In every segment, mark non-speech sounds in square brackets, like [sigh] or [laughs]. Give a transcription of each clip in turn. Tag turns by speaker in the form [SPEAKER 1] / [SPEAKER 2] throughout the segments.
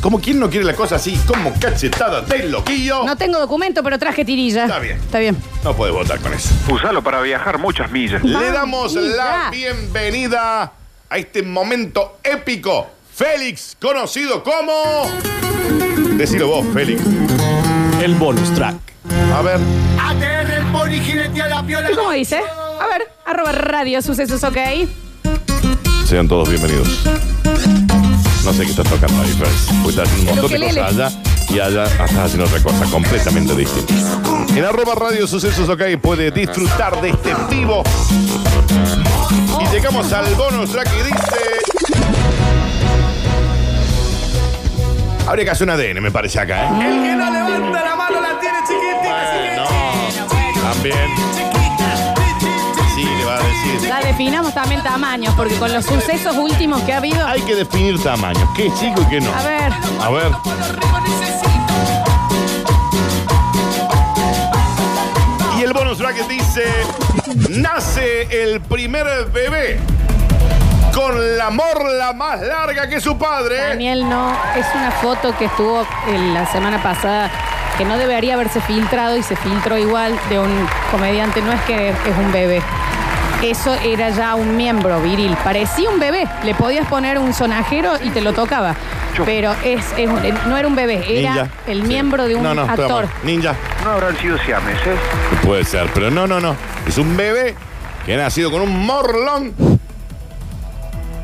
[SPEAKER 1] ¿Cómo quién no quiere la cosa así? Como cachetada del loquillo.
[SPEAKER 2] No tengo documento, pero traje tirilla.
[SPEAKER 1] Está bien.
[SPEAKER 2] Está bien.
[SPEAKER 1] No puede votar con eso.
[SPEAKER 3] Usalo para viajar muchas millas.
[SPEAKER 1] Le damos la
[SPEAKER 2] Mira.
[SPEAKER 1] bienvenida a este momento épico. Félix, conocido como. Decilo vos, Félix.
[SPEAKER 4] El bonus track.
[SPEAKER 1] A ver.
[SPEAKER 5] ATR el pony jinetea la piola.
[SPEAKER 2] ¿Cómo dice? A ver, arroba radio sucesos, ok.
[SPEAKER 1] Sean todos bienvenidos. No sé qué estás tocando ahí, Félix. Pues estás haciendo un montón de
[SPEAKER 2] ukelele.
[SPEAKER 1] cosas allá y allá estás haciendo otra cosa completamente distinta. En arroba radio sucesos ok puede disfrutar de este en vivo. Y llegamos al bonus track y dice. Habría que hacer un ADN, me parece acá, ¿eh?
[SPEAKER 5] El que no levanta la mano la tiene chiquitita.
[SPEAKER 1] Bueno, también. Sí, le va a decir.
[SPEAKER 2] La definamos también tamaños, porque con los sucesos últimos que ha habido.
[SPEAKER 1] Hay que definir tamaño. ¿Qué es chico y qué no?
[SPEAKER 2] A ver.
[SPEAKER 1] A ver. Y el bonus bracket dice: Nace el primer bebé con la morla más larga que su padre.
[SPEAKER 2] Daniel no, es una foto que estuvo en la semana pasada que no debería haberse filtrado y se filtró igual de un comediante, no es que es un bebé. Eso era ya un miembro viril, parecía un bebé, le podías poner un sonajero y te lo tocaba, pero es, es un- no era un bebé, era
[SPEAKER 1] Ninja.
[SPEAKER 2] el
[SPEAKER 1] Sí.
[SPEAKER 2] miembro de un
[SPEAKER 1] No, no, espera,
[SPEAKER 2] actor.
[SPEAKER 1] amor. Ninja.
[SPEAKER 3] No habrán sido siames, ¿eh?
[SPEAKER 1] Puede ser, pero no, no, no. Es un bebé que ha nacido con un morlón.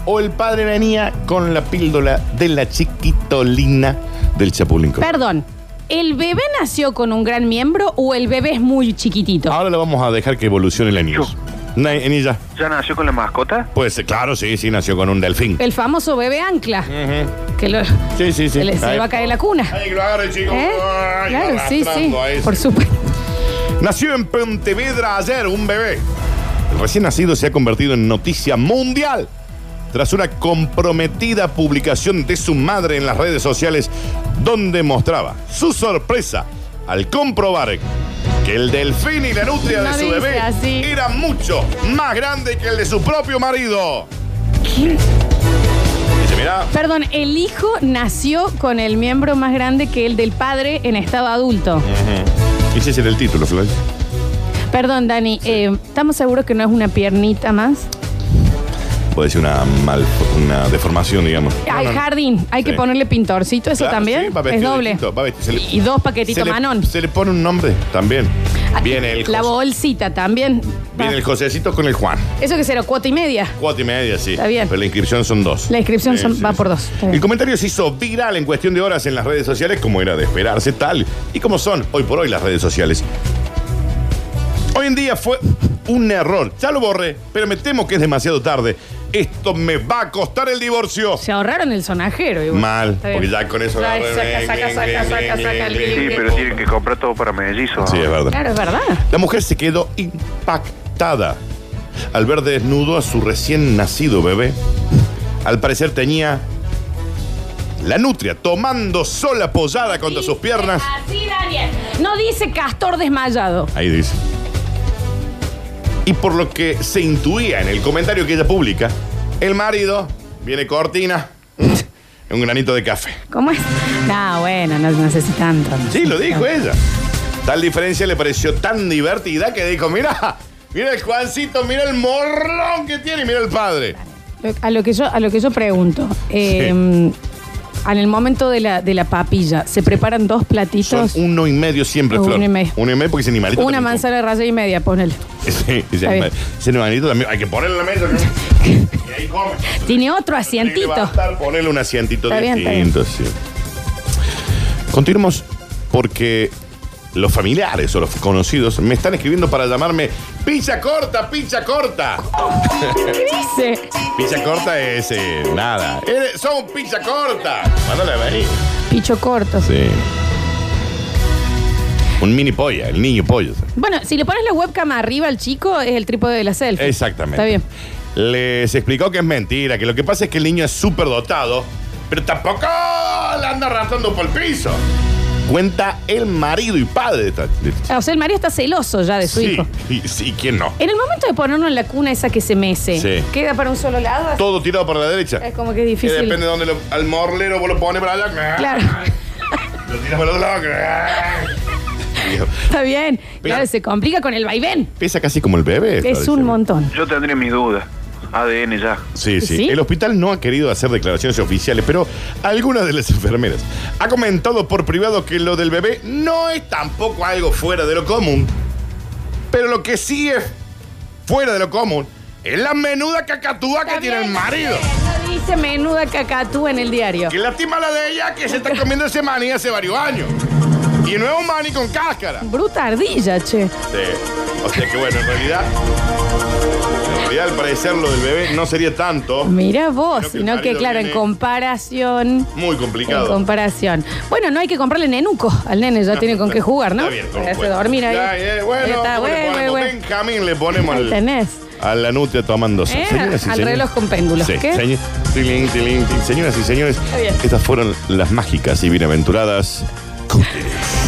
[SPEAKER 1] O el padre venía con la píldora de la chiquitolina del Chapulín Colorado.
[SPEAKER 2] Perdón, ¿el bebé nació con un gran miembro o el bebé es muy chiquitito?
[SPEAKER 1] Ahora le vamos a dejar que evolucione la niña.
[SPEAKER 3] Yo.
[SPEAKER 1] Na- Ninja.
[SPEAKER 3] ¿Ya nació con la mascota?
[SPEAKER 1] Pues eh, claro, sí, sí, nació con un delfín.
[SPEAKER 2] El famoso bebé ancla,
[SPEAKER 1] Ujú.
[SPEAKER 2] que lo-
[SPEAKER 1] Sí, sí, sí.
[SPEAKER 2] Eh. se le se le
[SPEAKER 1] Ahí.
[SPEAKER 2] va a caer la cuna.
[SPEAKER 1] Ahí que lo agarre, chico.
[SPEAKER 2] ¿Eh?
[SPEAKER 1] Ay,
[SPEAKER 2] Claro, sí, sí.
[SPEAKER 1] arrastrando a ese.
[SPEAKER 2] Por supuesto.
[SPEAKER 1] Nació en Pontevedra ayer un bebé. El recién nacido se ha convertido en noticia mundial tras una comprometida publicación de su madre en las redes sociales donde mostraba su sorpresa al comprobar que el delfín y la nutria
[SPEAKER 2] No
[SPEAKER 1] de su
[SPEAKER 2] dice
[SPEAKER 1] bebé
[SPEAKER 2] así.
[SPEAKER 1] era mucho más grande que el de su propio marido. Dice, mirá,
[SPEAKER 2] Perdón, el hijo nació con el miembro más grande que el del padade en estado adulto.
[SPEAKER 1] Ah. ese es el título, Flor.
[SPEAKER 2] Perdón, Dani, eh, ¿estamos seguros que no es una piernita más?
[SPEAKER 1] Puede ser una, mal, una deformación, digamos.
[SPEAKER 2] Al
[SPEAKER 1] No, no, no.
[SPEAKER 2] jardín, hay
[SPEAKER 1] Sí.
[SPEAKER 2] que ponerle pintorcito, eso
[SPEAKER 1] Claro, sí,
[SPEAKER 2] también.
[SPEAKER 1] va
[SPEAKER 2] es
[SPEAKER 1] vestido de
[SPEAKER 2] doble.
[SPEAKER 1] Tito, va vestido- se le-
[SPEAKER 2] Y dos paquetitos
[SPEAKER 1] se le-
[SPEAKER 2] manón.
[SPEAKER 1] Se le pone un nombre también. Viene el,
[SPEAKER 2] La
[SPEAKER 1] Jos-
[SPEAKER 2] bolsita también.
[SPEAKER 1] viene el Josecito con el Juan.
[SPEAKER 2] Eso que será cuota y media.
[SPEAKER 1] Cuatro y media, sí.
[SPEAKER 2] Está bien.
[SPEAKER 1] Pero la inscripción son dos.
[SPEAKER 2] La inscripción
[SPEAKER 1] Sí,
[SPEAKER 2] son-
[SPEAKER 1] sí,
[SPEAKER 2] va
[SPEAKER 1] sí.
[SPEAKER 2] por dos. Está bien.
[SPEAKER 1] El comentario se hizo viral en cuestión de horas en las redes sociales, como era de esperarse tal. Y como son hoy por hoy las redes sociales. Hoy en día fue un error. Ya lo borré, pero me temo que es demasiado tarde. Esto me va a costar el divorcio.
[SPEAKER 2] Se ahorraron el sonajero. igual.
[SPEAKER 1] Mal,
[SPEAKER 2] Está bien.
[SPEAKER 1] porque ya con eso
[SPEAKER 2] Trae,
[SPEAKER 1] agarré-
[SPEAKER 2] saca, saca, saca, saca, saca el
[SPEAKER 3] Sí,
[SPEAKER 2] Sí,
[SPEAKER 3] pero tienen que comprar todo para mellizos.
[SPEAKER 1] Sí, es verdad.
[SPEAKER 2] Claro, es verdad.
[SPEAKER 1] La mujer se quedó impactada al ver desnudo a su recién nacido bebé. Al parecer tenía la nutria tomando sola apoyada contra sus piernas.
[SPEAKER 2] Así, Daniel. No dice castor desmayado.
[SPEAKER 1] Ahí dice. Y por lo que se intuía en el comentario que ella publica, el marido viene cortina, un granito de café.
[SPEAKER 2] ¿Cómo es? No, bueno, no, no sé si tanto.
[SPEAKER 1] Sí, lo dijo ella. Tal diferencia le pareció tan divertida que dijo, mira, mira el Juancito, mira el morrón que tiene y mira el padre. eh.
[SPEAKER 2] Lo- A lo que yo, a lo que yo pregunto, eh, en el momento de la, de la papilla, ¿se preparan dos
[SPEAKER 1] Son
[SPEAKER 2] platitos?
[SPEAKER 1] uno y medio siempre,
[SPEAKER 2] Uh, Uno
[SPEAKER 1] Flor.
[SPEAKER 2] y medio.
[SPEAKER 1] Uno y medio porque ese animalito...
[SPEAKER 2] una
[SPEAKER 1] también-
[SPEAKER 2] manzana de raya y media, ponele.
[SPEAKER 1] [laughs] Sí, ese,
[SPEAKER 2] bien.
[SPEAKER 1] animal- ese animalito también hay que ponerle en la mesa.
[SPEAKER 2] [laughs]
[SPEAKER 1] ¿no? y ahí come.
[SPEAKER 2] Tiene otro
[SPEAKER 1] Tiene que
[SPEAKER 2] asientito.
[SPEAKER 1] levantar, ponerle un asientito
[SPEAKER 2] Está bien, está
[SPEAKER 1] distinto. sí. Continuamos porque los familiares o los conocidos me están escribiendo para llamarme pizza corta, pizza corta.
[SPEAKER 2] ¿Qué dice?
[SPEAKER 1] Pizza corta es eh, nada. Eres- son pizza corta. Mándale a venir.
[SPEAKER 2] Picho corto.
[SPEAKER 1] Sí. Un mini polla, el niño pollo.
[SPEAKER 2] Bueno, si le pones la webcam arriba al chico, es el trípode de la selfie.
[SPEAKER 1] Exactamente.
[SPEAKER 2] Está bien.
[SPEAKER 1] Les explicó que es mentira, que lo que pasa es que el niño es súper dotado, pero tampoco la anda arrastrando por el piso. Cuenta el marido y padre de esta. de esta chica.
[SPEAKER 2] Ah, O sea, el marido está celoso ya de su
[SPEAKER 1] sí,
[SPEAKER 2] hijo.
[SPEAKER 1] y- sí, ¿quién no?
[SPEAKER 2] En el momento de ponerlo en la cuna esa que se mece,
[SPEAKER 1] Sí.
[SPEAKER 2] queda para un solo lado. así?
[SPEAKER 1] Todo tirado para la derecha.
[SPEAKER 2] Es como que es
[SPEAKER 1] Que
[SPEAKER 2] difícil.
[SPEAKER 1] depende de dónde lo, al morlero vos lo pones para allá. ¡ah!
[SPEAKER 2] Claro,
[SPEAKER 1] Lo tiras para el otro ¡ah! lado.
[SPEAKER 2] está bien. Claro,
[SPEAKER 1] Pero-
[SPEAKER 2] se complica con el vaivén.
[SPEAKER 1] Pesa casi como el bebé.
[SPEAKER 2] Es
[SPEAKER 1] Florencia.
[SPEAKER 2] un montón.
[SPEAKER 3] Yo tendría mis dudas. ADN ya.
[SPEAKER 1] Sí, sí,
[SPEAKER 2] ¿Sí?
[SPEAKER 1] El hospital no ha querido hacer declaraciones oficiales, pero alguna de las enfermeras ha comentado por privado que lo del bebé no es tampoco algo fuera de lo común. Pero lo que sí es fuera de lo común es la menuda cacatúa que tiene el marido.
[SPEAKER 2] No dice menuda cacatú en el diario.
[SPEAKER 1] Que lástima la de ella que se está comiendo ese maní hace varios años. Y no es un maní con cáscara.
[SPEAKER 2] Bruta ardilla, che.
[SPEAKER 1] Sí. O sea que bueno, en realidad. En realidad, al parecer, lo del bebé no sería tanto.
[SPEAKER 2] Mira vos,
[SPEAKER 1] Creo que el
[SPEAKER 2] sino que,
[SPEAKER 1] marido
[SPEAKER 2] claro, en
[SPEAKER 1] tiene-
[SPEAKER 2] comparación.
[SPEAKER 1] Muy
[SPEAKER 2] En
[SPEAKER 1] complicado.
[SPEAKER 2] comparación. Bueno, no hay que comprarle nenuco al nene, ya tiene con qué jugar, ¿no?
[SPEAKER 1] Está bien, con un
[SPEAKER 2] Se hace
[SPEAKER 1] cuento.
[SPEAKER 2] dormir ahí.
[SPEAKER 1] Ya, eh, bueno,
[SPEAKER 2] Ahí está,
[SPEAKER 1] ¿cómo le
[SPEAKER 2] güey, güey,
[SPEAKER 1] ponemos?
[SPEAKER 2] güey.
[SPEAKER 1] Benjamín le ponemos
[SPEAKER 2] Ahí
[SPEAKER 1] al,
[SPEAKER 2] tenés.
[SPEAKER 1] a la nutria tomándose.
[SPEAKER 2] Eh, al reloj con péndulo,
[SPEAKER 1] Sí,
[SPEAKER 2] ¿qué?
[SPEAKER 1] señor- tiling, tiling, tiling. Señoras y señores,
[SPEAKER 2] bien.
[SPEAKER 1] estas fueron las mágicas y bienaventuradas. cúteres.